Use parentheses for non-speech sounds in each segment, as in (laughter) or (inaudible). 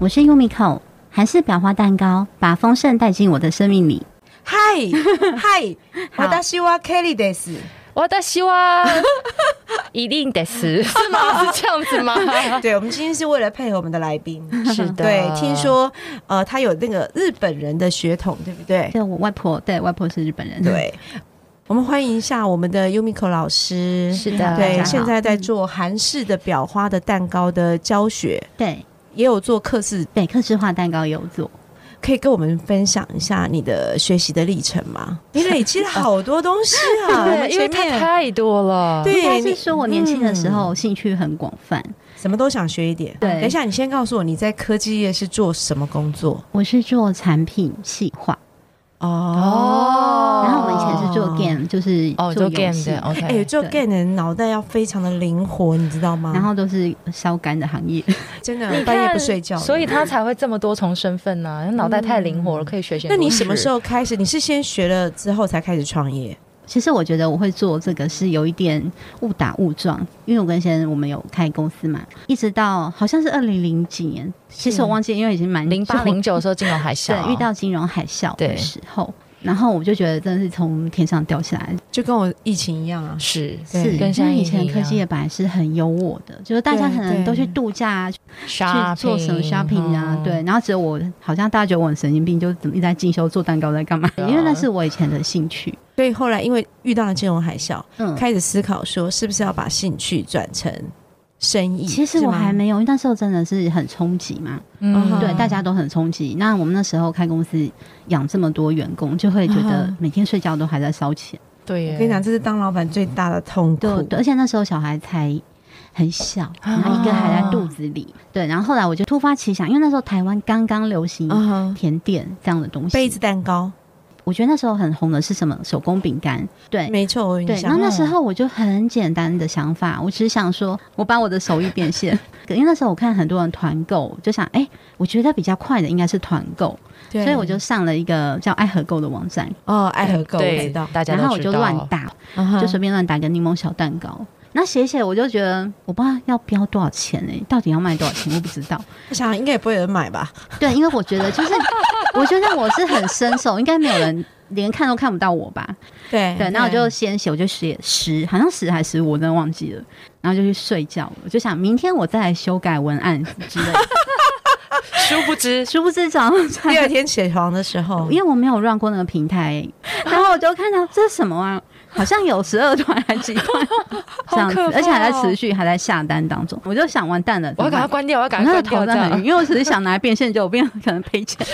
我是 Yumiko，韩式裱花蛋糕把丰盛带进我的生命里。嗨嗨，我大西哇 Kelly des，我的 (laughs) 希望一定得死，是吗？是这样子吗？对，我们今天是为了配合我们的来宾， (laughs) 是的，对，听说呃，他有那个日本人的血统，对不对？对我外婆，对外婆是日本人。，对，我们欢迎一下我们的 Umiko 老师，是的，大家对，好现在在做韩式的裱花的蛋糕的教学，对也有做课室，对，克制化蛋糕有做。可以跟我们分享一下你的学习的历程吗？你累积了好多东西 (laughs) 啊，我对，们因为前它面太多了。应该对是你说我年轻的时候兴趣很广泛，什么都想学一点。对等一下，你先告诉我你在科技业是做什么工作我是做产品细化，哦然后我以前是做 game，就是哦，做做游 game 戏的，，OK，哎、做对 gay 的人脑袋要非常的灵活，你知道吗？然后都是烧干的行业。 (laughs) 真的你看半夜不睡觉，所以。他才会这么多重身份呢、因为脑袋太灵活了，可以学些。嗯那你什么时？候开始？你是先学了之后才开始创业？其实我觉得我会做这个是有一点误打误撞，因为我跟先生我们有开公司嘛，一直到好像是二零零几年，其实我忘记，因为已经蛮零八久零九的时候进融海啸，啊对，遇到金融海啸对的时候，然后我就觉得真的是从天上掉下来，就跟我疫情一样啊！是对是跟因像为以前一科技样业本来是很优渥的，就是大家对可能都对去度假啊、去 shopping 做什么 shopping 啊，嗯对，然后只有我好像大家觉得我很神经病，就怎么一直在进修做蛋糕在干嘛？对啊因为那是我以前的兴趣，所以后来因为遇到了金融海啸，嗯。开始思考说是不是要把兴趣转成生意？其实是我吗还没有，因为那时候真的是很冲击嘛，嗯对，大家都很冲击。那我们那时候开公司养这么多员工，就会觉得嗯每天睡觉都还在烧钱。对耶，我跟你讲，这是当老板最大的痛苦。对，对而且那时候小孩才很小，然后一个还在肚子啊里。对，然后后来我就突发奇想，因为那时候台湾刚刚流行啊嗯哼，甜点这样的东西，杯子蛋糕，我觉得那时候很红的是什么手工饼干，对。没错，我有印哎对，象然后那哦时候我就很简单的想法，我只是想说，我把我的手艺变现。 (laughs) 可因为那时候我看很多人团购，我就想，哎、我觉得比较快的应该是团购，对所以我就上了一个叫爱合购的网站，哦，爱和狗，我对知道，大家然都后我知就道乱打，嗯哼就随便乱打个柠檬小蛋糕。那写一写，我就觉得我不知道要标多少钱哎、到底要卖多少钱，我不知道。 (laughs) 我想应该也不会有人买吧？对，因为我觉得就是，我觉得我是很伸手，应该没有人连看都看不到我吧？哎对对，那我就先写，我就写十，好像十还是十五，我真的忘记了。然后就去睡觉了，我就想明天我再来修改文案之类的。 (laughs) 殊不知殊不知早上第才，二天起床的时候哦因，为我没有乱过那个平台、然后我就看到这是什么啊？好像有十二团还 (laughs) 几团这样子，可而且还在怕哦持续，还在下单当中。我就想完蛋了，我怎么办要赶快关掉，我要赶我那快个头关掉这真的样很，晕，因为我只是想拿来变现，结果变可能赔 (laughs) 钱。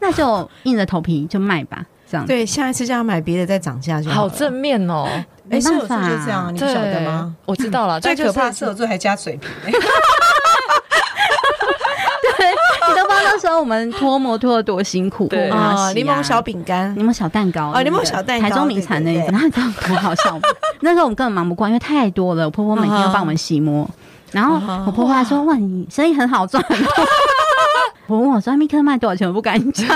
那就硬着头皮就卖吧，这样子。对，下一次叫他买别的再涨价就好了正面哦，哎，没射手办座就这样啊，法你不对晓得吗？？我知道了，最但就是可怕，射手座还加水 (laughs) 瓶， (laughs) 你都不知道那时候我们脱模脱的多辛苦，对哦哇洗啊嗯柠檬小饼干柠檬小蛋糕哦柠檬那个小蛋糕台中名产那一对对对种，然后你知道多好笑吗？ (laughs) 那时候我们根本忙不过来，因为太多了，我婆婆每天要帮我们洗摸， (laughs) 然后哦我婆婆还说：“哇，你生意很好赚。”很多。我问我说：“密克卖多少钱？”我不敢 (laughs) 讲。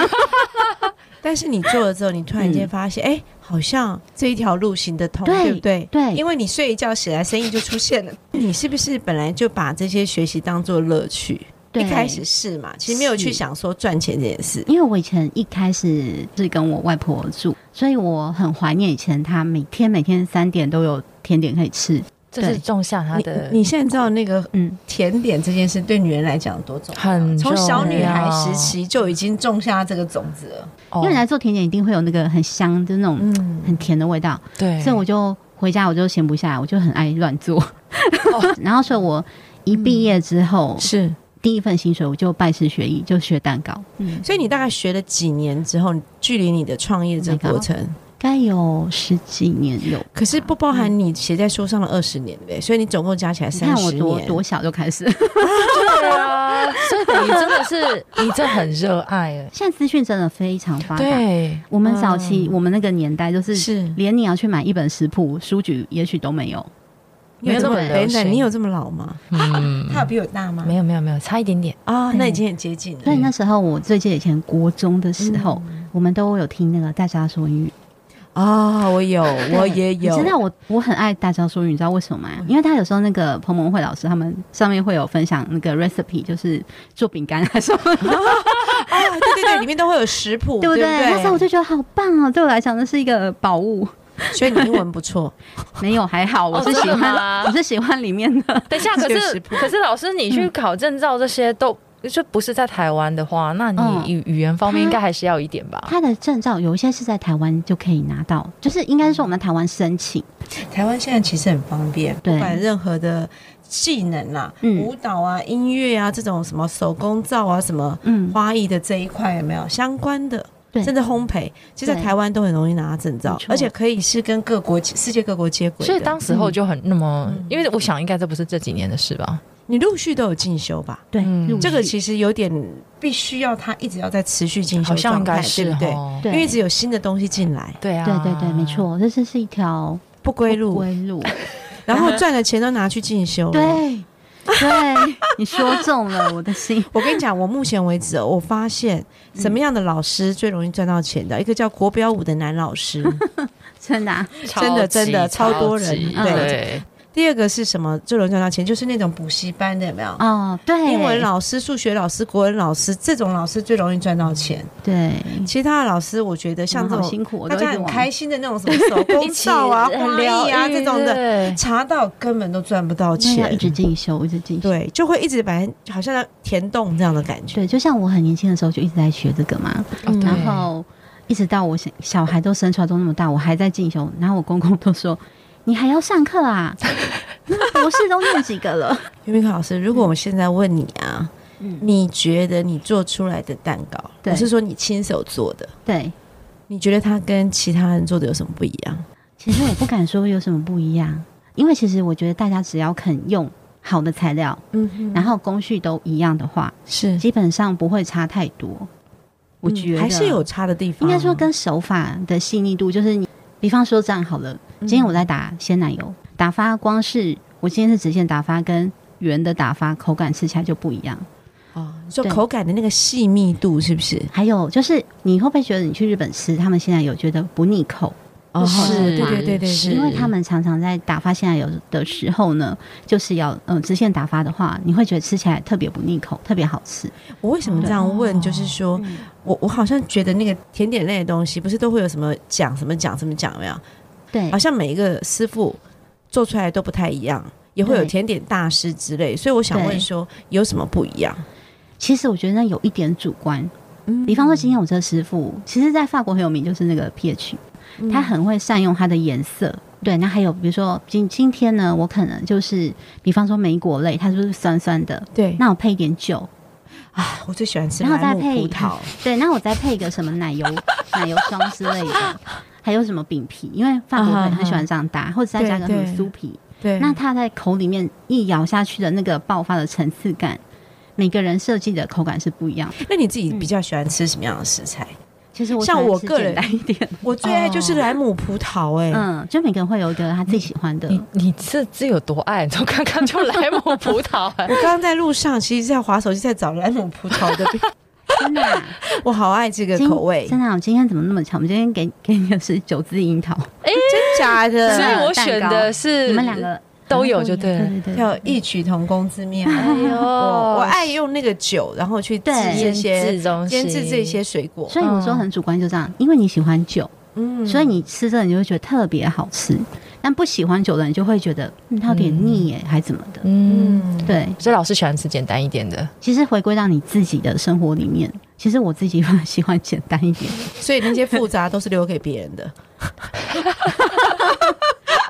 但是你做了之后，你突然间嗯发现，哎，好像这一条路行得通，对对不对？对因为你睡一觉起来，生意就出现了。你是不是本来就把这些学习当做乐趣？对一开始是嘛，其实没有去是想说赚钱这件事。因为我以前一开始是跟我外婆住，所以我很怀念以前她每天每天三点都有甜点可以吃。这是对种下他你的你现在知道那个嗯，甜点这件事对女人来讲有多重要？很从小女孩重要时，期就已经种下这个种子了。哦因为来做甜点一定会有那个很香，就那种嗯，很甜的味道，对，所以我就回家我就闲不下来，我就很爱乱做。 (laughs) 然后所以我一毕业之后，是。第一份薪水我就拜师学艺，就学蛋糕。嗯，所以你大概学了几年之后，距离你的创业这个过程，该有十几年有。可是不包含你写在书上的二十年对不对？所以你总共加起来嗯你看三我十多年。多小就开始， (laughs) 对啊，所以等于真的是你这很热爱哎，现在资讯真的非常发达。对，我们早期、我们那个年代，嗯就是是连你要去买一本食谱书局，也许都没有。你有这么没有这等么等，流行你有这么老吗？嗯，他有比我大吗没有没有没有，差一点点。啊，那已经很接近所以了。那时候我最记得以前国中的时候，我们都有听那个大家说英语。啊，我有，我也有。你知道我我很爱大家说英语，你知道为什么吗？因为他有时候那个彭蒙慧老师他们上面会有分享那个 recipe，就是做饼干还是什 (laughs) 么的，啊，对对对，里面都会有食谱，对不不哦对？那时候我就觉得好棒哦，对我来讲那是一个宝 (laughs) 物。所以你英文不错，没有还好，我是真喜的欢、(laughs) 吗我是喜欢里面的。等一下，这可个是食谱可是老师，你去考证照这些都就不是在台湾的话，那嗯你语语言方面应该还是要一点吧？他的证照有一些是在台湾就可以拿到，就是应该是说我们台湾申请。台湾现在其实很方便，对不管任何的技能啊，嗯舞蹈啊、音乐啊这种什么手工皂啊、什么嗯，花艺的这一块有没有相关的？对甚至烘焙，就在对台湾都很容易拿到证照没，错而且可以是跟各国世界各国接轨的。所以当时候就很那么嗯，因为我想应该这不是这几年的事吧？你陆续都有进修吧？对，嗯陆续这个其实有点必须要他一直要在持续进修好像状应态，该对是不对？哦，对因为一直有新的东西进来，对啊，对对对，没。错，这是是一条不归不路，归 (laughs) 路。然后赚的钱都拿去进修了。对对，你说中了我的心。我跟你讲，我目前为止哦，我发现什么样的老师最容易赚到钱的？一个叫国标舞的男老 (laughs) 师，真的啊、真的真的超级超多人级嗯对，第二个是什么最容易赚到钱？就是那种补习班的，有没有？哦，对，英文老师、数学老师、国文老师这种老师最容易赚到钱，对，其他的老师我觉得像嗯这好种辛苦，我都大一直家很往开心的那种什么手 (laughs) 工呃皂啊、花艺啊这种的，的，查到根本都赚不到因为要一钱，直进修，一直进修。对，就会一直把人好像填洞这样的感觉。嗯对，就像我很年轻的时候就一直在学这个嘛，哦对然后一直到我小小孩都生出来都那么大，我还在进修，然后我公公都说。你还要上 (laughs) 课啊？那博士都念几个了？袁明凯老师，如果我现在问你啊，嗯你觉得你做出来的蛋糕，对我是说你亲手做的，对，你觉得它跟其他人做的有什么不一样？其实我不敢说有什么不一样，因为其实我觉得大家只要肯用好的材料，嗯，然后工序都一样的话，是，基本上不会差太多。我觉得、嗯还是有差的地方。啊应该说跟手法的细腻度，就是你，比方说这样好了，嗯今天我在打鲜奶油，打发光是我今天是直线打发跟圆的打发，口感吃起来就不一样。哦，你说对口感的那个细密度是不是？还有就是你会不会觉得你去日本吃，他们现在有觉得不腻口，哦，是对对对对对，是因为他们常常在打发鲜奶油的时候呢，就是要嗯、呃直线打发的话，你会觉得吃起来特别不腻口，特别好吃。我为什么这样问？哦就是说我我好像觉得那个甜点类的东西，不是都会有什么奖什么奖什么奖有没有？对好，像每一个师傅做出来都不太一样，也会有对甜点大师之类，所以我想对问说有什么不一样？其实我觉得那有一点主观。嗯比方说，今天我这师傅，其实在法国很有名，就是那个 pH，他嗯很会善用它的颜色。对，那还有比如说今今天呢，我可能就是比方说莓果类，它是不是酸酸的？对那我配一点酒，我最喜欢吃然后再莱姆配啊葡萄，对，那我再配一个什么 (laughs) 奶油奶油霜之类的，还有什么饼皮，因为法国啊人哈很喜欢这样搭，或者再加个什么对对酥皮， (laughs) 对那它在口里面一咬下去的那个爆发的层次感，每个人设计的口感是不一样的。那你自己比较喜欢吃什么样的食材？其实我像喜欢我吃个简人单一点，我最爱就是莱姆葡萄、哎、嗯，就每个人会有一个他自己喜欢的。嗯你你这这有多爱？从刚刚就莱姆葡萄， (laughs) 哎我刚刚在路上，其实在滑手机，在找莱姆葡萄 (laughs) 的，真的啊、我好爱这个今口味，真的啊、我今天怎么那么巧？我们今天给给你的是九字樱桃，真假所的，以我选的是你们两个都有就对了对对对，要异曲同工之妙。哎我我爱用那个酒，然后去制对这腌些制东西，腌制这些水果。所以我说很主观，就这样，因为你喜欢酒，嗯所以你吃这个你就会觉得特别好吃；但不喜欢酒的人就会觉得嗯它有点腻耶，还怎么的？嗯，嗯，对，所以老师喜欢吃简单一点的，其实回归到你自己的生活里面，其实我自己反而喜欢简单一点，所以那些复杂都是留给别人的。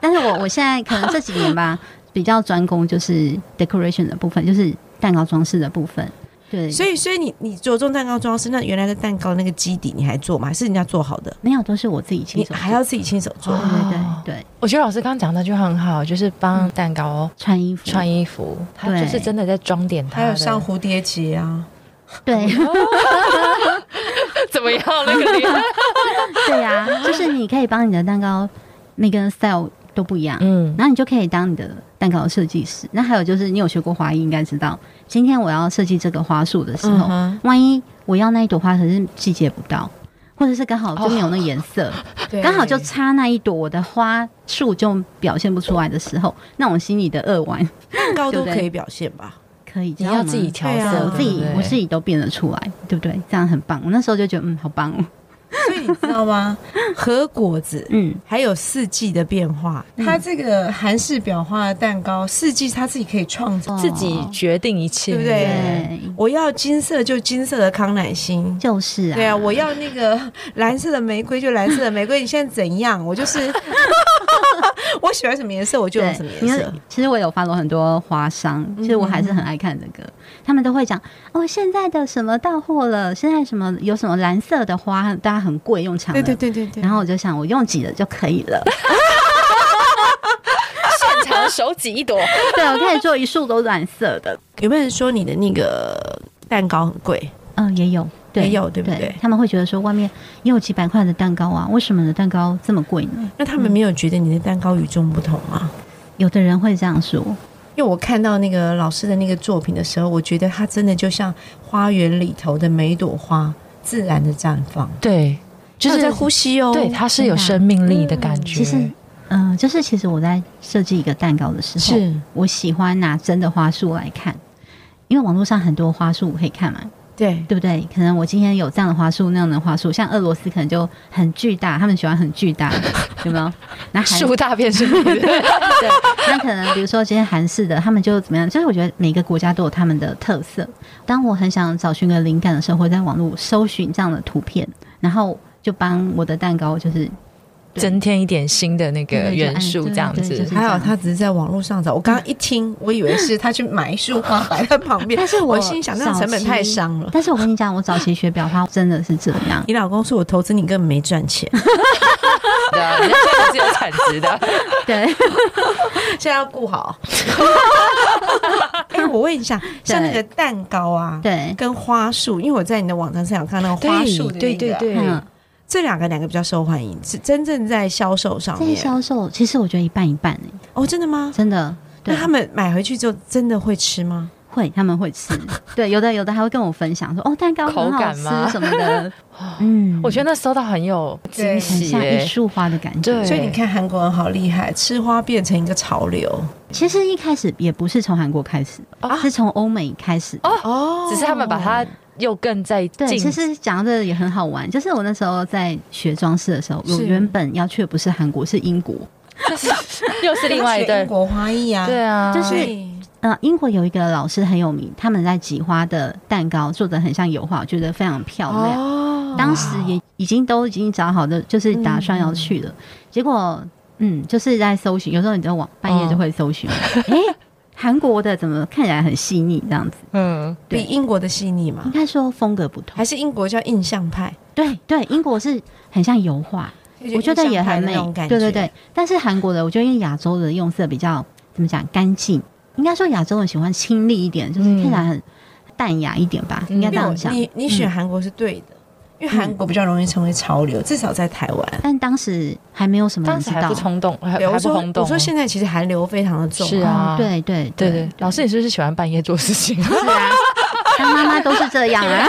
但是我我现在可能这几 (laughs) 年吧，比较专攻就是 decoration 的部分，就是蛋糕装饰的部分。对，所以，所以你你着重蛋糕装饰，那原来的蛋糕那个基底你还做吗？还是人家做好的？没有都是我自己亲你手还做要自己亲手做？对对对对我觉得老师刚刚讲那句很好，就是帮蛋糕哦穿衣服啊穿衣服，他对就是真的在装点它的。 (laughs) 蝴蝶结 (laughs) 啊，对怎么样？那个脸， (laughs) 对呀、 (laughs) 就是你可以帮你的蛋糕每个人 style 都不一样，嗯，然后你就可以当你的蛋糕设计师。那还有就是，你有学过花艺，应该知道，今天我要设计这个花束的时候，嗯万一我要那一朵花，可是季节不到，或者是刚好就没有那个颜色，哦刚、好就差那一朵，我的花束就表现不出来的时候，那我心里的扼 (laughs) 腕蛋糕都对不可对以表现吧？可以，你要自己调对色，啊我自己对不对我自己都变得出来，对不对？这样很棒。我那时候就觉得，嗯，好棒哦，所以你知道 (laughs) 吗？和果子嗯，还有四季的变化，嗯它这个韩式裱花的蛋糕，四季它自己可以创造。自己哦决定一切，(laughs) 对不对对，我要金色就金色的康乃馨。就是啊，对啊，我要那个 (laughs) 蓝色的玫瑰就蓝色的玫瑰。你现在怎样？我就是 (laughs) 我喜欢什么颜色我就对，用什么因颜为色。嗯其实我有 follow 很多华商，其实我还是很爱看这个，他们都会讲哦，现在的什么到货了，现在什么有什么蓝色的花，大家很贵，用抢了。对对对对对。然后我就想，我用几了就可以 (laughs) 了。现场手挤一朵，对，我可以做一束都蓝色的。有没有人说你的那个蛋糕很贵？嗯，也有，对，也有对不对他们会觉得说，外面也有几百块的蛋糕啊，为什么你的蛋糕这么贵呢？那他们没有觉得你的蛋糕与众不同吗？有的人会这样说，因为我看到那个老师的那个作品的时候，我觉得它真的就像花园里头的每一朵花自然的绽放，对，就它有是在呼吸哦。对，它是有真的啊生命力的感觉。其实，嗯、就是其实我在设计一个蛋糕的时候，是，我喜欢拿真的花束来看，因为网络上很多花束可以看嘛，对，对不对？可能我今天有这样的花束，那样的花束，像俄罗斯可能就很巨大，他们喜欢很巨大 (laughs) 的，有没有？那韩 (laughs) 树大便是你的，对，那可能比如说今天韩式的，他们就怎么样？就是我觉得每个国家都有他们的特色。当我很想找寻个灵感的时候，我会在网络搜寻这样的图片，然后就帮我的蛋糕就是对增添一点新的那对个就元按素，对这样对就子是。还好他只是在网络上找。我刚刚一听，我以为是他去买一束花摆在旁边，但是我我心想那种成本太伤了。但是我跟你讲，我早期学裱花真的是这样，你老公说我投资你根本没赚钱， (laughs) 对啊，人家这样是有产值的。对，现在要顾好。哎、我问一下，像那个蛋糕啊， (laughs) 对跟花束，因为我在你的网站上有看到那个花束的、那个，对对对嗯。这两个哪个比较受欢迎？是真正在销售上在面销售，其实我觉得一半一半哎、哦，真的吗？真的。那对，他们买回去之后真的会吃吗？会他们会吃，对，有的有的还会跟我分享说，哦，蛋糕很口好感吃吗什么的，(laughs) 嗯，我觉得那收到很有惊很喜像一耶，束花的感觉。对所以你看韩国人好厉害，吃花变成一个潮流其实一开始也不是从韩国开始，啊是从欧美开始。哦，哦只是他们把它又更在对，进其实讲到这个也很好玩，就是我那时候在学装饰的时候，我是原本要去的不是韩国，是英国。 (laughs) 又是另外一他学对英，国花艺啊，对啊，就是所以呃，英国有一个老师很有名，他们在挤花的蛋糕做的很像油画，我觉得非常漂亮。哦，当时也已经都已经找好的，就是打算要去了。结果，嗯，就是在搜寻，有时候你在网半夜就会搜 (laughs) 寻，哎、韩国的怎么看起来很细腻这样子？嗯，对比英国的细腻应嘛，该说风格不同还。是英国叫印象派？对对，英国是很像油画，我觉得也很印美象派的那种。感觉对对对，但是韩国的，我觉得因为亚洲的用色比较怎么讲干净，应该说亚洲人喜欢清丽一点，就是看起来很淡雅一点吧，应该嗯因为这样我讲。嗯你你选韩国是对的，因为韩国比较容易成为潮流，至少在台湾。但当时还没有什么人当时知还道不。冲动，还对，我还不说轰动哦。我说现在其实韩流非常的重啊，是啊哦对对对对，老师你是不是喜欢半夜做事情？是啊，当妈妈都是这样啊，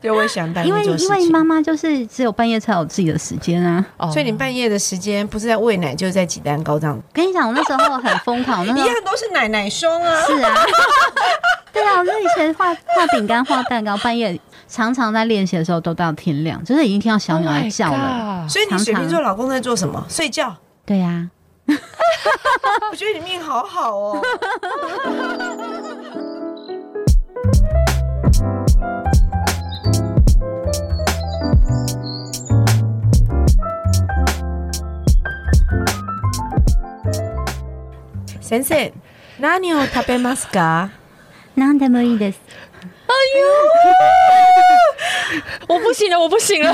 对，我也喜欢半夜因为做事因为情妈妈就是只有半夜才有自己的时间啊。哦所以你半夜的时间不是在喂奶，就是在挤蛋糕这样。跟你讲，我那时候很疯狂，那时一候 (laughs) 样都是奶奶霜啊，是 (laughs) 啊，对啊，我是以前画画饼干、画蛋糕，半夜常常在练习的时候都到天亮，就是已经听到小鸟在叫了。 Oh my god 所以你水瓶座老公在做什么？睡 (laughs) 觉。对啊呀、我觉得你命好好 (laughs) 哦。先生，何を食べますか？啊，なんでもいいです。我不行了，我不行了。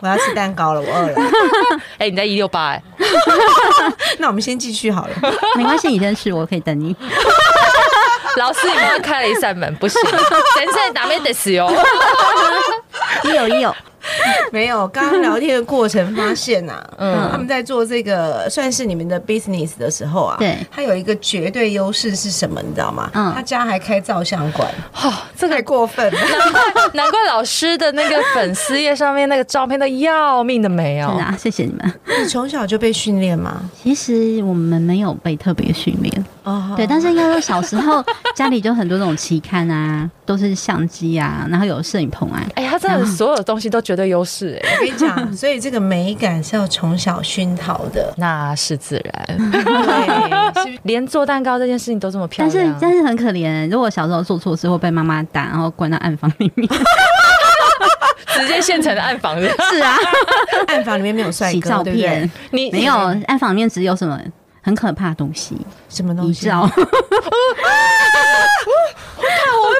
我要吃蛋糕了，我饿 (laughs) 了。哎、你在一六八哎，那我们先继续好了。没关系，你先吃，我可以等你。老师，你刚刚开了一扇门，不行，人生哪没得死哦 (laughs) 哟。也有也有，没有，刚刚聊天的过程发现啊，嗯他们在做这个算是你们的 business 的时候啊，对它有一个绝对优势是什么，你知道吗？嗯他家还开照相馆，哦，这这个个太过分了。 (laughs) 难怪老师的那个粉丝页上面那个照片都要命的美真哦的、。啊，谢谢你们。你从小就被训练吗？其实我们没有被特别训练，哦对，但是应该说小时候 (laughs) 家里就很多这种期刊啊，都是相机啊，然后有摄影棚啊，哎、他真的所有东西都绝对优势哎，。(laughs) 我跟你讲，所以这个美感是要从小熏陶的 (laughs) 那是自然，对，是不是？连做蛋糕这件事情都这么漂但是亮。但是很可怜，如果小时候做错事会被妈妈打，然后关到暗房里 (laughs) 面。直接现成的暗房的，是啊，暗房里面没有帅 (laughs) 洗哥，照对不对片？你没有，暗房里面只有什么很可怕的东西，什么遗东西？照。哦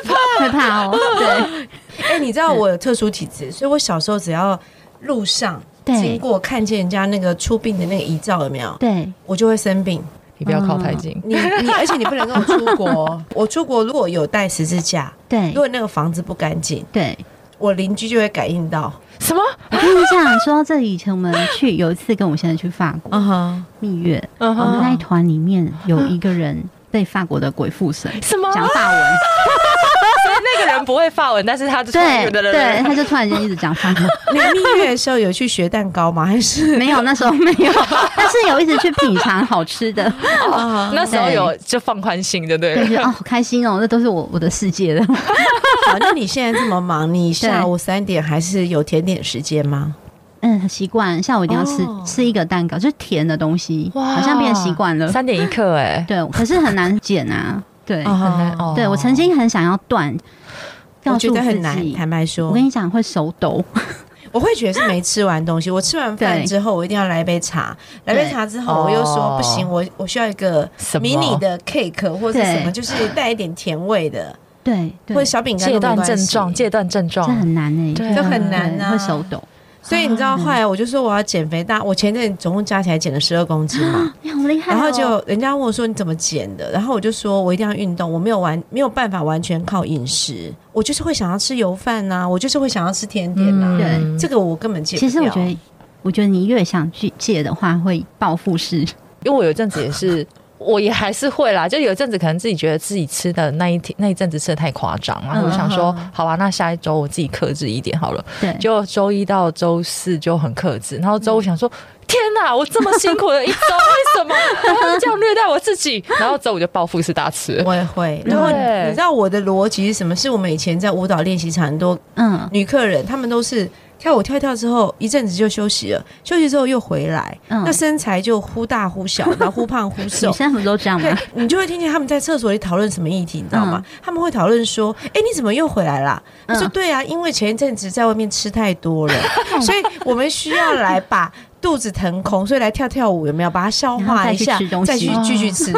(laughs) 会怕哦，对，哎、你知嗯道我有特殊体质，所以我小时候只要路上对经过看见人家那个出殡的那个遗照，有没有？对，我就会生病。你不要靠太近。你你，而且你不能跟我出国。我出国如果有带十字架，对如，果那个房子不干净，对。我邻居就会感应到。什么？我跟你讲，说到这里，以前我们去有一次跟我现在去法国嗯哼，蜜月，哦嗯我哼们哦那一团里面有一个人被法国的鬼 (laughs) 附身，什么？ (laughs) 讲法文，那个人不会发文，但是他就对对，他就突然间一直讲法文， (laughs) 你蜜月的时候有去学蛋糕吗？还是没有那时候没 (laughs) 有，但是有一直去品尝好吃的，那时候有就放宽心，对不对，就对？哦好开心哦，那都是我我的世界 (laughs) 了。好？那你现在这么忙，你下午三点还是有甜点时间吗？嗯，很习惯，下午一定要吃、哦吃一个蛋糕，就是甜的东西，好像变习惯了。三点一刻，哎，对，可是很难减啊。对，啊很难哦。对我曾经很想要断，告我觉诉自己得很难。哦坦白说，我跟你讲，会手抖。我会觉得是没吃完东西。我吃完饭对之后，我一定要来一杯茶。来杯茶之后，哦我又说不行，我我需要一个什哦么迷你的 cake 或者对什么，就是带一点甜味的，对或者对，小饼干戒都没断关症系状，戒断症这状，很难诶、对这很难对啊会手抖。所以你知道，后来我就说我要减肥大，我前阵总共加起来减了十二公斤 (laughs) 嘛。你好厉害、哦！然后就人家问我说你怎么减的，然后我就说我一定要运动，我没有完没有办法完全靠饮食，我就是会想要吃油饭呐、我就是会想要吃甜点呐、对嗯这个我根本戒不其实我掉觉得，我觉得你越想去戒的话，会报复式。因为我有一阵子也是， (laughs) 我也还是会啦，就有一阵子可能自己觉得自己吃的那一天那一阵子吃的太夸张，然后我就想说，好吧，那下一周我自己克制一点好了。对，就周一到周四就很克制，然后周五想说，天哪，我这么辛苦的一周，为什么我要这样虐待我自己？然后周五就报复式大 (laughs) 吃。我也会。然后对你知道我的逻辑是什么？是我们以前在舞蹈练习场很多嗯女客人，她们都是跳舞跳一跳之后一阵子就休息了，休息之后又回来，嗯那，身材就忽大忽 (laughs) 小，然后忽胖忽瘦女。生不都这样对吗？你就会听见他们在厕所里讨论什么议题，你知道吗？他们会讨论说：“哎、你怎么又回来啦？”他说：“嗯对啊，因为前一阵子在外面吃太多 (laughs) 了，所以我们需要来把肚子腾空，所以来跳跳舞，有没有把它消然后化再一去下吃东，再西去哦继续吃？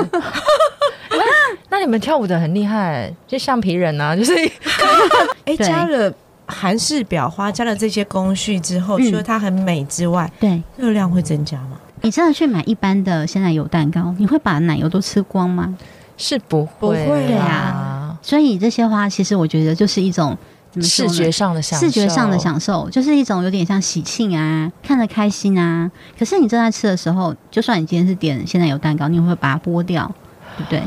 那你们跳舞的很厉害，就橡皮人啊，就是哎、对加了韩式裱花，加了这些工序之后，嗯除了它很美之外，对，热量会增加吗？你真的去买一般的鲜奶油蛋糕，你会把奶油都吃光吗？是不不会会对啦啊，所以这些花其实我觉得就是一种怎么说视呢觉上的享受，视觉上的享受，就是一种有点像喜庆啊，看着开心啊。可是你正在吃的时候，就算你今天是点鲜奶油蛋糕，你也会把它剥掉，对不对？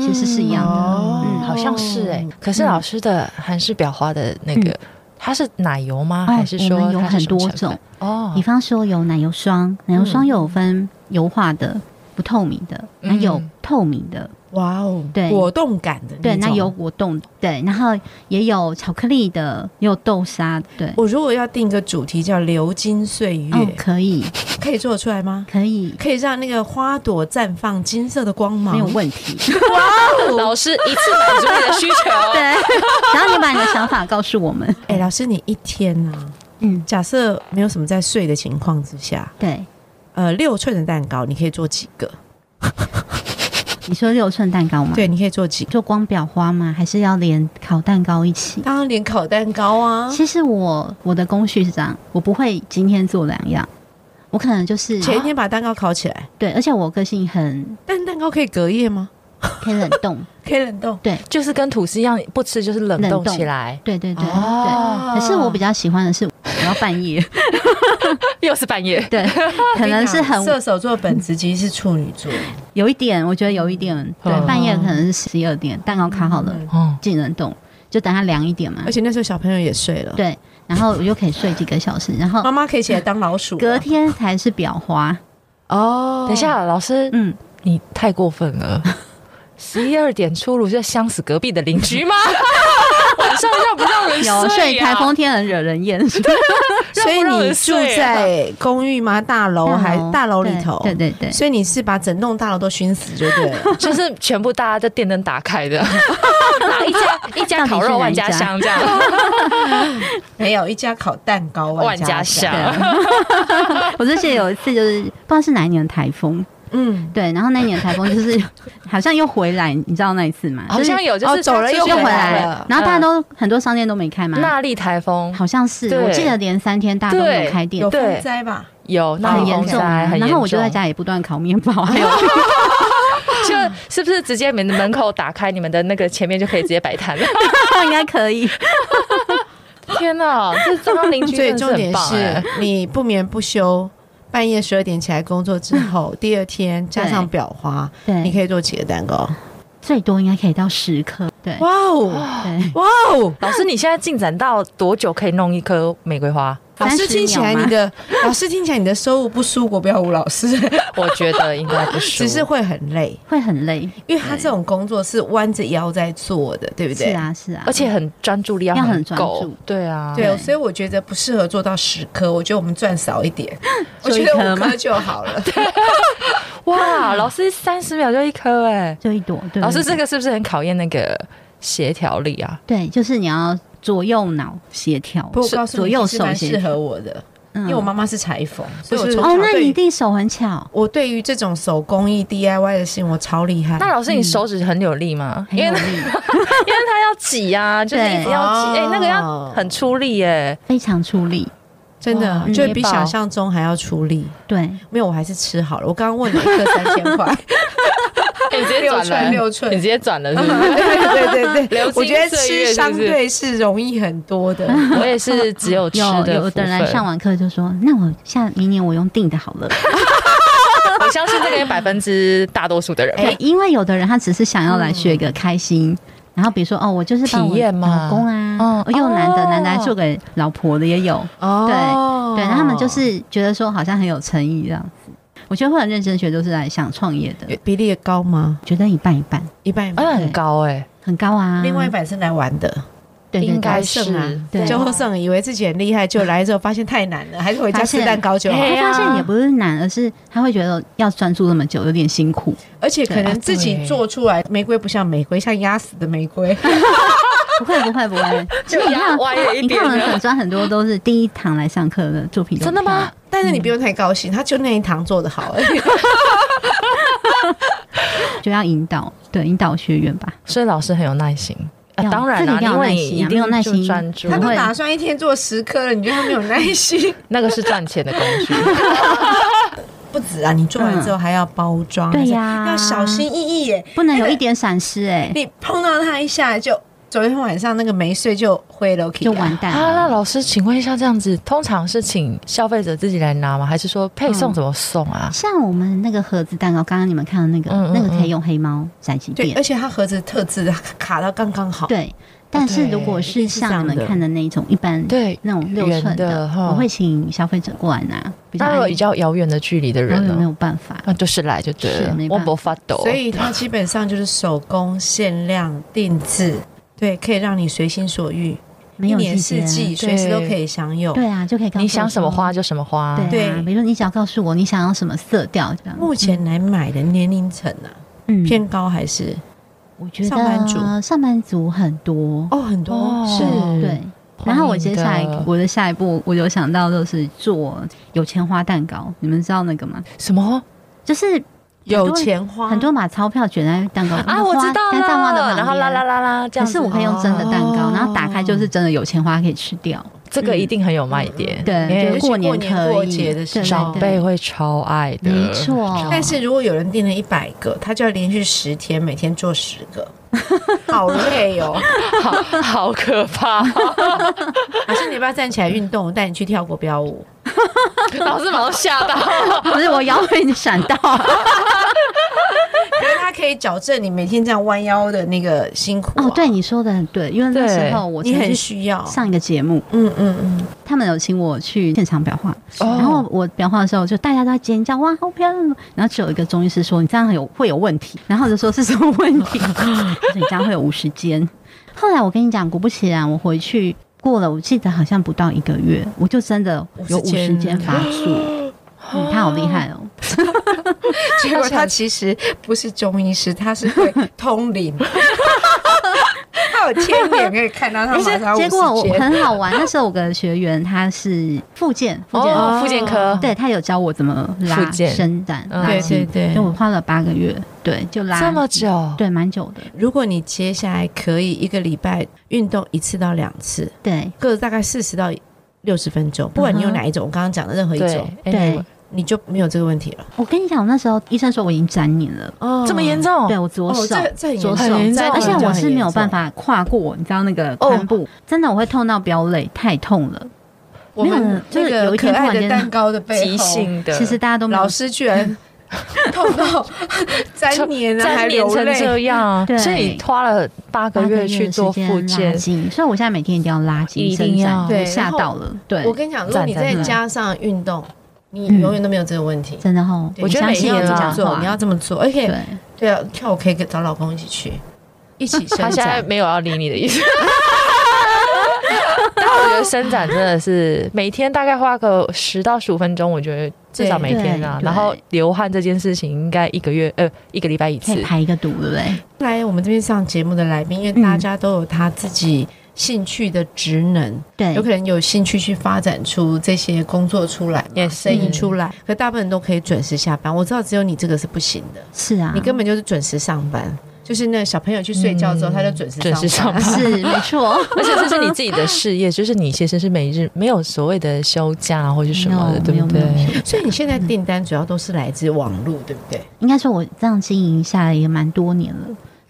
其实是一样的。嗯，嗯，好像是哎、可是老师的韩式裱花的那个，它是奶油吗？哦还是说我们有它是很什么多成分种哦比？方说有奶油霜，奶油霜有分油画的、不透明的，那有嗯透明的，哇哦，对果冻感的对，那种有果冻，对，然后也有巧克力的，也有豆沙的，对。我如果要定一个主题叫“流金岁月”，哦，可以，可以做得出来吗？可以，可以让那个花朵绽放金色的光芒，没有问题。 (laughs) 老师一次满足你的需求，对，然后你把你的想法告诉我们。 (laughs) 哎、老师，你一天呢、啊？嗯，假设没有什么在睡的情况之下，对，呃，六寸的蛋糕你可以做几个？你说六寸蛋糕吗？，对，你可以做几？就光裱花吗？还是要连烤蛋糕一起？当然连烤蛋糕啊，其实我我的工序是这样，我不会今天做两样，我可能就是前一天把蛋糕烤起来，对，而且我个性很但蛋糕可以隔夜吗？可以冷冻，可以冷冻。就是跟吐司一样，不吃就是冷冻冷冻起来，对对对、哦啊对。可是我比较喜欢的是我要半夜， (laughs) 又是半夜。对，可能是很射手座本质其实是处女座，有一点，我觉得有一点，对，嗯半夜可能是十一二点，蛋糕烤好了嗯哦，进冷冻，就等它凉一点嘛而，且那时候小朋友也睡了，对，然后我就可以睡几个小时，然后妈妈可以起来当老鼠了，啊隔天才是裱花，哦，等一，下，老师，嗯，你太过分 (laughs) 了。十一二点出炉就香死隔壁的邻 (laughs) 居吗？晚上让不让人有睡睡呀、开封天很惹人厌，让所以不让你人住睡啊在公寓吗？大楼哦还大楼里头？啊对对对，所以你是把整栋大楼都熏死，就对 (laughs) 了。就是全部大家的电灯打开的，哪一家 (laughs) 一家烤肉万家香这样，没有一家烤蛋糕，万家家香。香。对，啊 (laughs) 我之前有一次就是不知道是哪一年的台风，嗯，对，然后那一年的台风就是 (laughs) 好像又回来，你知道那一次吗？ (laughs) 好像有就哦是走了他又又回回来来了了，然后大家都、很多商店都没开嘛，嗯那莉台风好像是哦对我记得连三天大家都没有开店有，对风灾吧？有那很莉严风重灾啊。很严重，然后我就在家里不断烤面包，还有 (laughs) 就是不是直接你们的门口打开，你们的那个前面就可以直接摆 (laughs) 摊了？应该可以。天哪，这当邻居所以真的重是很点棒哎是。你不眠不休，半夜十二点起来工作之 (laughs) 后，第二天加上裱花，你对，可以做几个蛋糕？最多应该可以到十颗。对哇哦，对，哇哦！老师，你现在进展到多久可以弄一颗玫瑰花？老师30听起来秒吗你的 (laughs) 老师听起来你的收入不输国标舞老 (laughs) 师，我觉得应该不是，只是会很累，会很累。因为他这种工作是弯着腰在做的，对不对？是啊，是啊，而且很专注力要要很专够注，对啊，对，对所以我觉得不适合做到十颗，我觉得我们赚少一 (laughs) 点，我做觉一得颗五吗颗就好 (laughs) 了。哇，老师三十秒就一颗哎，就一朵。对老师这个是不是很考验那个协调力啊？对，就是你要左右脑协调，不过我告诉左你，右其实手蛮协适调。合我的，嗯因为我妈妈是裁缝，所以我不是从哦小，那对你一于定手很巧。我对于这种手工艺 DIY 的事情，我超厉嗯害。那老师，你手指很有力吗？很因为有因为 (laughs) 力，他要挤啊，就是一直要挤，对哎，那个要哦很出力哎，非常出力。真哇的嗯就比捏爆想象中还要出力。对，没有，我还是吃好了。我刚刚问了一颗三千 (laughs) 块，哎 (laughs) 你直接六转了，寸六寸你直接转了是不是？对对对对，流金我觉得岁月吃是相不是对是容易很多 (laughs) 的。 (laughs) 我也是只有吃有的有的人部分上完课就说：“那我下明年我用订的 (laughs) 好了。我相信这个也百分之大多数的人吧。对，因为有的人他只是想要来学个开心。然后比如说哦，我就是帮我嗯体验嘛老公啊，哦哦，又男的哦男的还做给老婆的也有，哦对，他们就是觉得说好像很有诚意这样子。我觉得会很认真学，都是来想创业的，比例也高吗？觉得一半一半，一半一半，嗯，很高哎、很高啊。另外一半是来玩的。对对应该对，是剩啊对就获胜，以为自己很厉害，就来之后发现太难 (laughs) 了，还是回家吃蛋糕就好发。他发哎呀现也不是难，而是他会觉得要专注那么久有点辛苦。而且可能自己做出来玫瑰不像玫瑰，像压死的玫瑰。啊不会不会不 (laughs) 会，其实你压看歪了一你点看我啊们了粉专很多都是第一堂来上课的作品，真的吗？？ (laughs) 但是你不用太高兴，他就那一堂做的 (laughs) 好而已。就要引导，对，引导学员吧。所以老师很有耐心。啊、要当然这个啦、一定要因为耐你心啊一没定有耐心就专注他，不都会打算一天做十颗了，你觉得他没有耐 (laughs) 心？那个是赚钱的工 (laughs) 具。不止啊，你做完之后还要包装，对呀要小心翼翼耶。不能有一点闪失、哎、你碰到他一下就，昨天晚上那个没睡就灰了，就完蛋啊，了。那老师，请问一下，这样子通常是请消费者自己来拿吗？还是说配送嗯怎么送啊？像我们那个盒子蛋糕，刚刚你们看到那个，嗯嗯那个可以用黑猫宅急对，便而，且它盒子特制， (laughs) 它卡到刚刚好。对。但是如果一定是是这样像你们的看的那一种，一般对，那种六圆寸的的，哈我会请消费者过来拿，比较那如果安比逸较遥远的距离的我也人没哦呢？有办法。那就是来就对了嗯是没，我办法不发抖。所以它基本上就是手工限量定制，对，可以让你随心所欲，没一有年季四节，季随时都可以享有。对啊，就可以告诉我你想什么说花就什么花。对啊，对比如说你只要告诉我你想要什么色调，这样目前来买的年龄层啊，嗯，偏高还是我觉得上班族上班族很多，哦很多哦是嗯对。然后我接下来欢迎的我的下一步，我有想到就是做有钱花蛋糕，你们知道那个吗？什么？就是有钱花很多把钞票卷在蛋糕啊，我知道跟蛋糕的旁了，然后啦边啦啦啦，这可样子是我可以用真的蛋糕，然后打开就是真的有钱花可以吃掉。这个一嗯定很有卖点，对，因为就是过年过年可以过节的时候对对对长辈会超爱的，没错但是如果有人订了一百个，他就要连续十天，每天做十 (laughs) 个，好累哦。好 (laughs) 好可 (laughs) 怕。还是你要不要站起来运动？我带你去跳国标舞。老师马上吓 (laughs) 到，不是我腰被你闪到，可是他可以矫正你每天这样弯腰的那个辛苦、啊。哦，对，你说的很对，因为那时候我你曾很经需要。上一个节目，嗯嗯 (laughs) 嗯，他们有请我去现场裱画，哦然后我裱画的时候，就大家都在尖叫哇，好漂亮！然后只有一个中医师说你这样很有会有问题，然后我就说是什么问 (laughs) 题？他说你这样会有五十肩。后来我跟你讲，果不其然，我回去过了，我记得好像不到一个月，我就真的有五50十肩肩发作。 (laughs) 嗯，他好厉害哦！结果他其实不是中医师，他是会通 (laughs) 灵。他有天眼可以看到他马上结果我50肩很好玩，那时候我的学员他是复健，复健哦，复健科，对他有教我怎么拉复健伸展，嗯拉对筋对对就我花了八个月，对，就拉这么久，对，蛮久的，如果你接下来可以一个礼拜运动一次到两次，对，各大概四十到六十分钟，不管你用哪一种，我刚刚讲的任何一种，嗯对哎对你就没有这个问题了。我跟你讲，我那时候医生说我已经沾黏了，哦这么严重，对我左哦，手，这这很严左重手很严重而且我是没有办。这很严重法跨过，你知道那个哦髋部，真的我会痛到飙泪，太痛了。我们没有那就是有个一可天突然爱的间蛋糕的背后，急性的，其实大家都没有老师居然痛到 (laughs) 就粘黏 (laughs) 啊，还粘流连成这泪。样对，所以你花了八八个月的去做时间啊复拉健，筋，所以我现在每天一定要拉筋，一定伸展要对我吓然后到了，对，我跟你讲，如果赞你赞再赞加上运动，你嗯永远都没有这个问题。真的哦，对我你觉相得每信天要都这要么讲做，你要这么做，而且啊对对。啊，跳舞可以跟找老公一起去，一起 (laughs) 伸他现在展。没有要理你的意思。但我觉得伸展真的是每天大概花个十到十五分钟，我觉得至少每天啊。对对然后流汗这件事情应该一个月呃一个礼拜一可次以，排一个赌，对不对？来我们这边上节目的来宾，因为嗯大家都有他自己兴趣的职能，对，有可能有兴趣去发展出这些工作出来嘛，也是生意出来。可大部分人都可以准时下班，我知道只有你这个是不行的，是啊，你根本就是准时上班。就是那小朋友去睡觉之后，嗯他就准时准时上上班班。是没错， (laughs) 而且这是你 (laughs) 自己的事业，就是你其实是每日没有所谓的休假啊或是什么的，没对有不对？没有没有 (laughs) 所以你现在订单主要都是来自网络，对不对？应该说我这样经营下来也蛮多年了，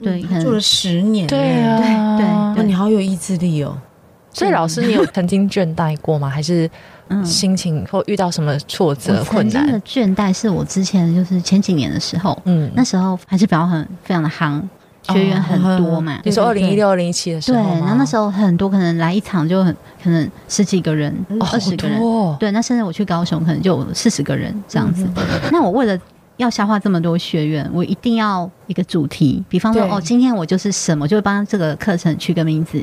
对，可嗯做能了十年，对欸，啊，对那你好有意志力哦。所以老师，你有曾经倦怠过吗？还是嗯，心情或遇到什么挫折我困曾经的难？倦怠是我之前就是前几年的时候，嗯，哦那时候还是表很非常的夯，学员很多嘛。你说二对对零一对六、二零一七的时对，候吗，哦然后那时候很多，可能来一场就很可能十几个人、嗯二哦十、好个人，多哦，对。那甚至我去高雄，可能就四十个人这样子。嗯那我为了要消化这么多学员，我一定要一个主题，比方说，对哦，今天我就是什么，就会帮这个课程取个名字，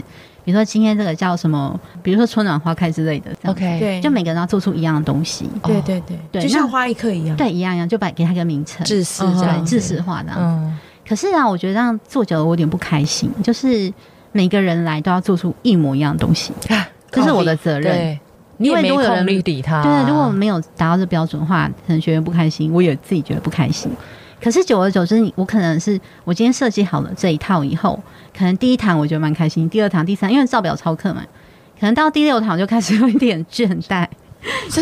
比如说今天这个叫什么，比如说春暖花开之类的。这样子 OK，对，就每个人要做出一样的东西，对对对对就那像花一刻一样。对，一样一样，就把给他一个名称，自私嗯这样对，子，知识化的。嗯，可是啊，我觉得这样做久了，我有点不开心。就是每个人来都要做出一模一样的东西，这是我的责任。嗯对，你也啊因为没如果有人空理理他，啊对，如果没有达到这标准的话，可能学员不开心，我也自己觉得不开心。可是久而久之，你我可能是我今天设计好了这一套以后，可能第一堂我觉得蛮开心，第二堂、第三，因为照表操课嘛，可能到第六堂我就开始有一点倦怠。这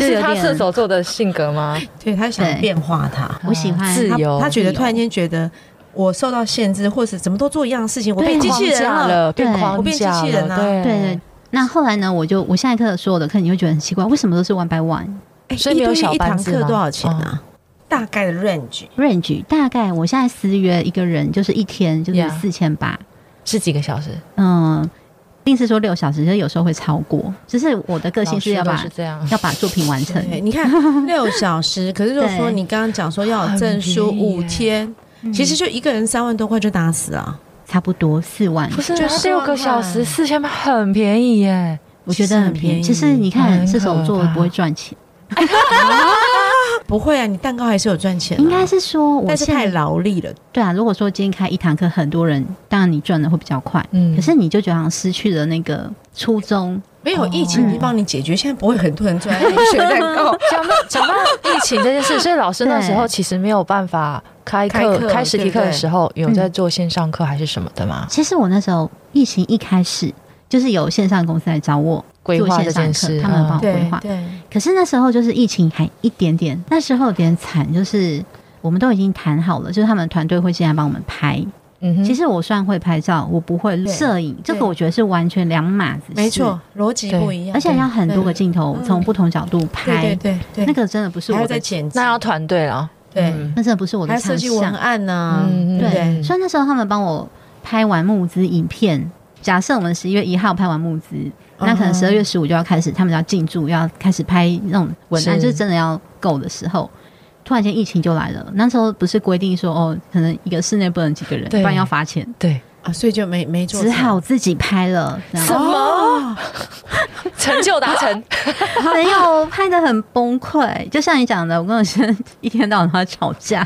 就是有他点射手座的性 (laughs) 格吗？对，他想对嗯变化他。我喜欢自他由，他觉得自由突然间觉得我受到限制，或是怎么都做一样的事情，我我被机器人了，了。变对框我变机架器人了啊对对对。那后来呢，我就我下一课所有的课，你会觉得很奇怪，为什么都是 one by one？哎所以没有小一班堂制课吗多少钱哦啊？大概的 range range 大概我现在私约一个人就是一天就是 Yeah 四千八，是几个小时？嗯，定是说六小时，就是有时候会超过。只是我的个性是要老把师都是这样，要把作品完成，对，你看六小时，可是如果说对你刚刚讲说要有证书很便宜五天，嗯其实就一个人三万多块就打死啊，差不多四万，不是啊就他是六个小时四千八，很便宜耶。我觉得很便宜。其实你看很射手可座怕不会赚钱，不会啊，你蛋糕还是有赚钱啊，应该是说我但是太现在劳力了，对啊。如果说今天开一堂课，很多人，当然你赚的会比较快，嗯可是你就觉得好像失去了那个初衷，没有疫情已经帮你解决，现在不会很多人坐哦在那边 (laughs) 学蛋糕。讲到讲到疫情这件 (laughs) 事，所以老师那时候对其实没有办法开课开课开实体课的时候，有嗯在做线上课还是什么的吗？其实我那时候疫情一开始，就是有线上公司来找我规划做这线上件课事，他们帮我嗯规划。对，可是那时候就是疫情还一点点，那时候有点惨，就是我们都已经谈好了，就是他们团队会进来帮我们拍。嗯哼，其实我虽然会拍照，我不会对摄影，这对个我觉得是完全两码子事。没错，，逻辑不一样，而且要很多个镜头对嗯从不同角度对对拍，对对，那个真的不是还我要的再，剪辑那，要团队了，对，嗯那真的不是我还的要设强计文项。案呐，嗯对嗯所以那时候他们帮我拍完募资影片。假设我们十一月一号拍完募资，那可能十二月十五就要开始，他们要进驻，要开始拍那种文案，是就是真的要够的时候，突然间疫情就来了。那时候不是规定说哦，可能一个室内不能几个人，不对然要罚钱，对，啊，所以就没没做成，哦只好自己拍 (laughs) 了。然后么？ (laughs) 成就达成，没有哎拍的很崩溃，就像你讲的，我跟我先生一天到晚都在吵架，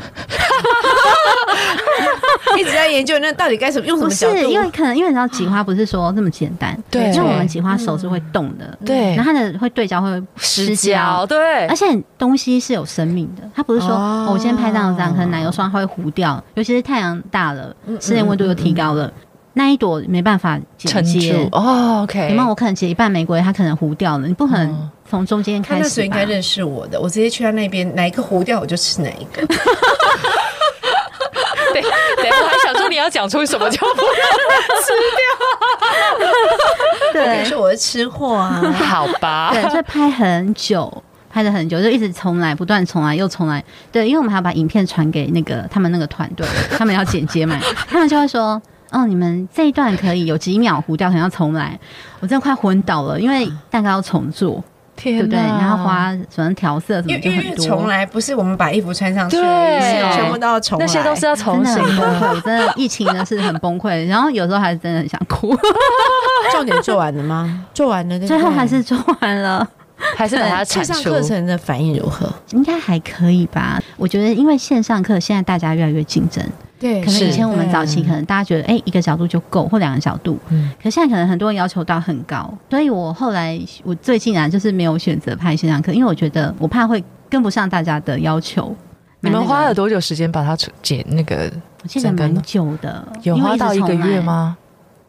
(laughs) 一直在研究那到底该什么用什 (laughs) 不么是角度？因为可能因为你知道挤花不是说那么简单，对因为我们挤花手是会动的， (laughs) 对然后它的会对焦会失焦，，对而，且东西是有生命的，它不是说、哦哦我今天拍到这样，可能奶油霜它会糊掉，尤其是太阳大了，室内温度又提高了，那一朵没办法剪撑接住。哦，OK，你们 (laughs) 我可能剪一半玫瑰，它可能糊掉了，你不可能嗯从中间他开那时始候应吧该？认识我的，我直接去他那边，哪一个糊掉我就吃哪一个。对对，我还想说你要讲出什么就不我跟你对说我是吃货啊， (laughs) (laughs) 好吧，对，所以拍很久，拍了很久，就一直重来，不断重来又重来。对，因为我们还要把影片传给那个他们那个团队， (laughs) 他们要剪接嘛，他们就会说。哦，你们这一段可以有几秒糊掉，可能要重来。我真的快昏倒了，因为蛋糕要重做，天对不对？哪然后花什么调色什因么为就因很为多，重来不是我们把衣服穿上去，对是全部都要重来， (laughs) 那些都是要重真的新很崩的，溃。真的疫情呢是很崩 (laughs) 溃，然后有时候还真的很想哭，重点做完了 (laughs) 吗？做完了，对不对最后还是做完了，还是把它线产上出。课程的反应如何？应该还可以吧？我觉得因为线上课现在大家越来越竞争，对可能是以前我们早期可能大家觉得，哎、一个角度就够，或两个角度。嗯可现在可能很多人要求到很高，所以我后来我最近啊，就是没有选择拍线上课，因为我觉得我怕会跟不上大家的要求。你们花蛮那了个的，多久时间把它出解那个？我记得蛮久的，有因为花直到一个重来月？吗？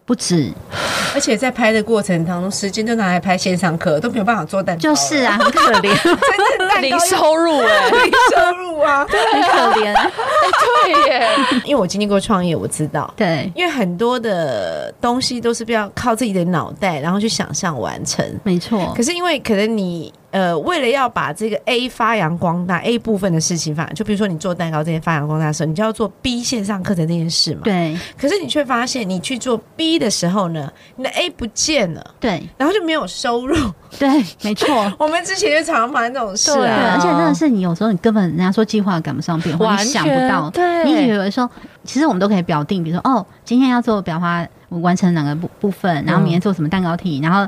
不止，嗯而且在拍的过程当中，时间都拿来拍线上课，都没有办法做蛋糕，就是，啊，很可怜， (laughs) 真的蛋糕 (laughs) 零要 (laughs) 收入哎、零收入啊。很可怜。 (laughs) 对耶，因为我经历过创业，我知道。 (laughs) 对，因为很多的东西都是比较靠自己的脑袋，然后去想象完成。没错可，是因为可能你呃，为了要把这个 A 发扬光大，A 部分的事情发，就比如说你做蛋糕这件发扬光大的时候，你就要做 B 线上课程这件事嘛。。对可是你却发现，你去做 B 的时候呢，你的 A 不见了，对然后就没有收入。 (laughs) 对，没错。我们之前就常常发生这种事、对对，啊而且真的是你有时候你根本人家说计划赶不上变化，完 (laughs) 你全想不到，对你以为说其实我们都可以表定，比如说哦，今天要做裱花，我完成哪个部部分，嗯然后明天做什么蛋糕体，然后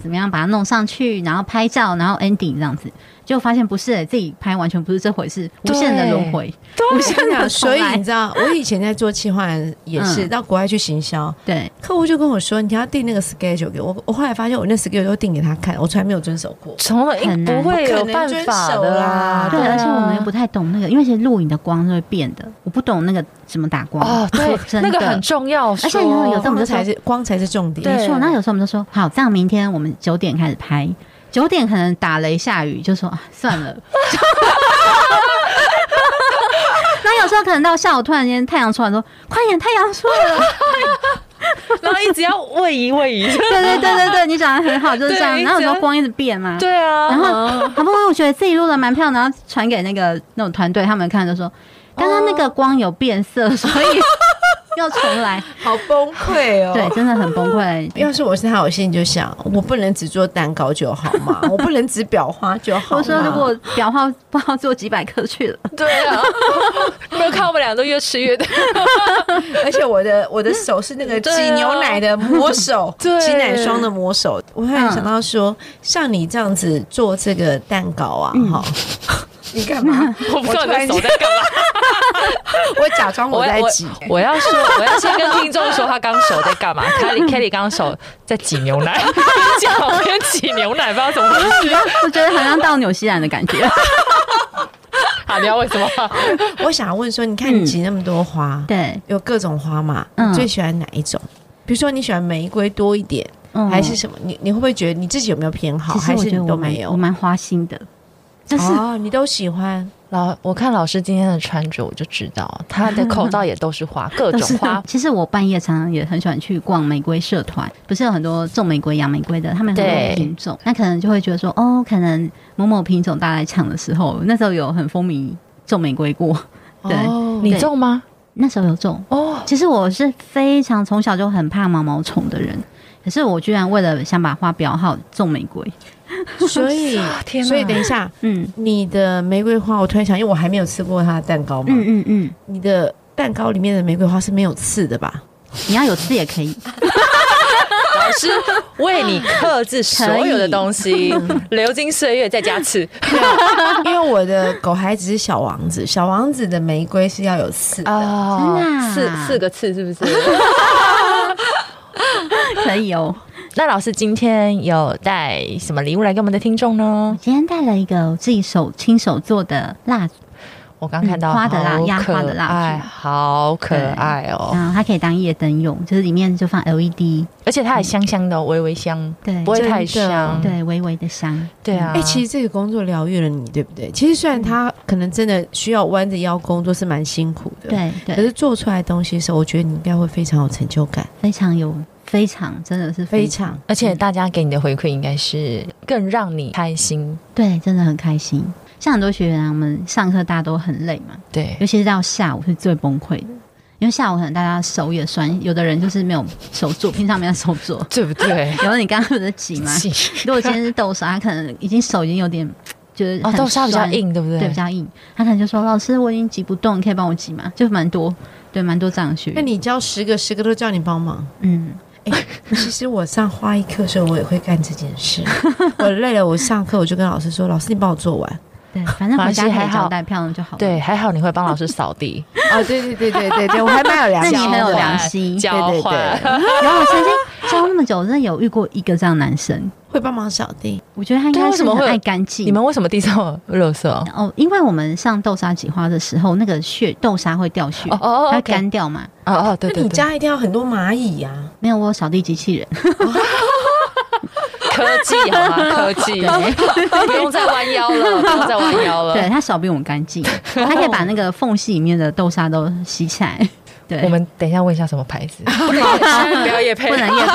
怎么样把它弄上去，然后拍照，然后 ending 这样子，结果发现不是、欸自己拍完全不是这回事，无限的轮回，啊无限真的，的 (laughs) 所以你重知道，我以前在做企划也是、嗯到国外去行销，来对客户就跟我说：“你要定那个 schedule 给我。”我后来发现，我那 schedule 都定给他看，我从来没有遵守过。从来很难不会有办法的啦。不可对，能遵守啦而且啊我们又不太懂那个，因为其实录影的光是会变的，我不懂那个怎么打光哦，对 (laughs) ，真的 (laughs) 那个很重要。而且你会有这种说光才是光才是重点。对没错，那有时候我们就说好，这样明天我们九点开始拍，九点可能打雷下雨，就说啊 (laughs) 算 (laughs) 了。那有时候可能到下午突然间太阳出来说，快点太阳出来 (laughs) 了， (laughs) 然后一直要位移位移。对对对对对，你讲的很好，就是这样。对然后有时一候直光一直变嘛，对啊，然嗯后好不容易我觉得自己录的蛮漂亮，然后传给那个那种团队他们看，就说刚刚那个光有变色，所以 (laughs) 要重来。好崩溃哦对，真的很崩溃。哦要是我是他，我心里就想，我不能只做蛋糕就好 (laughs) 嘛，我不能只裱花就好嘛。我说如果裱画不知道做几百克去了。对啊， (laughs) 没有看我们俩都越吃越多。而且我的我的手是那个挤对啊牛奶的魔 (laughs) 手，对挤奶霜的魔手。我突然想到说，像你这样子 (laughs) 做这个蛋糕啊，哈、你干嘛？ (laughs) 我不知道你的手我突然间在干嘛，我假装 (laughs) 我我在我挤，我要说，我要先跟听众说，他刚手在干嘛 (laughs) ？Kelly Kelly 刚手在挤牛奶， (laughs) 边讲边挤牛奶，不知道怎么回事。我觉得好像到纽西兰的感觉。好，你要为什么？我想要问说，你看你挤那么多花， (laughs) 对，有各种花嘛？嗯你最喜欢哪一种？比如说你喜欢玫瑰多一点，嗯还是什么？你你会不会觉得你自己有没有偏好，其实还我是觉得你我都蛮没有我？蛮花心的，就是哦，你都喜欢， (laughs) 老，我看老师今天的穿着，我就知道他的口罩也都是 (laughs) 花，各都是。种花其实我半夜常常也很喜欢去逛玫瑰社团，不是有很多种玫瑰、养玫瑰的，他们很对多品种，那可能就会觉得说，哦，可能某某品种大家来抢的时候，那时候有很风靡种玫瑰过，对哦你种吗？那时候有种。哦，其实我是非常从小就很怕毛毛虫的人，可是我居然为了想把花裱好种玫瑰，所 (laughs) 以天哪所以等一下，嗯你的玫瑰花，我突然想，因为我还没有吃过它的蛋糕嘛，嗯嗯嗯，你的蛋糕里面的玫瑰花是没有刺的 (laughs) 吧？你要有刺也可以，老师为你克制所有的东西，流金岁月再加刺没有因为我的狗孩子是小王子，小王子的玫瑰是要有刺的。啊真的啊四四个刺是不是？ (laughs) 可以哦。那老师今天有带什么礼物来给我们的听众呢？今天带了一个我自己手亲手做的蜡烛，我刚看到嗯花的蜡好压花的蜡可爱烛好可爱哦，然后它可以当夜灯用，就是里面就放 LED，而且它还香香的哦，微微香，对不会太真的香，对，微微的香。对啊。哎、其实这个工作疗愈了你，对不对？其实虽然他可能真的需要弯着腰工作是蛮辛苦的，。对可对，是做出来的东西的时候，我觉得你应该会非常有成就感，非常有，非常真的是非非常常。而且大家给你的回馈应该是更让你开心，对，真的很开心。像很多学员啊，我们上课大家都很累嘛，对，尤其是到下午是最崩溃的，因为下午可能大家手也酸，有的人就是没有手做，平常没有手 (laughs) 做。对不对？有的你刚刚有在挤 (laughs) 吗？如果今天是豆沙，他可能已经手已经有点就是哦，很豆沙比较酸硬，对不对？对，比较硬。他可能就说：“老师，我已经挤不动，你可以帮我挤吗？”就蛮多，对，蛮多这样的嗯学那员。你教十个，十个都叫你帮忙。嗯， (laughs) 其实我上花艺课的时候，我也会干这件 (laughs) 事。我累了，我上课我就跟老师说：“老师，你帮我做完。对，反正马回来家西亚可以还好交代漂亮就好了。对，还好你会帮老师扫 (laughs) 地，”哦，对对对对对对，我还蛮有良那心你的。很有良 (laughs) 心交对对换，然后我曾经教那么久，我真的有遇过一个这样的男生，会帮忙扫地。我觉得他应对该为什是么很会有爱干净。你们为什么地上有垃圾？哦 (laughs) 哦，因为我们上豆沙挤花的时候，那个屑豆沙会掉屑，哦哦它会 OK 干掉嘛。哦，对那 (laughs) 对你对，家一定要很多蚂蚁呀、啊。没有，我有扫地机器人， (laughs) 科技好吗？科 (laughs) 技，不用再弯腰了，不用再弯腰了。对，它扫比我们干 (laughs) 净，它可以把那个缝隙里面的豆沙都吸起来。 (laughs) 对，我们等一下问一下什么牌 (laughs) 子，不能不要也配不能夜配。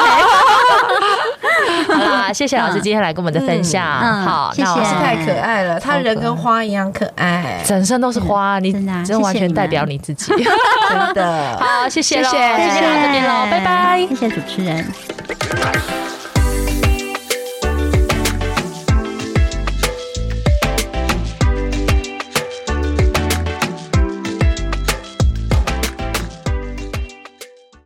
好啦，谢谢老师今天来跟我们的分享。嗯嗯好，谢谢那我是是太可爱了，他人跟花一样可爱，整身都是花，你真的啊真完谢谢全你们代表你自己。 (laughs) 真的。 (laughs) 好，谢谢喽，谢谢 (laughs) 今天到这边喽，拜拜谢。谢主持人。 Thank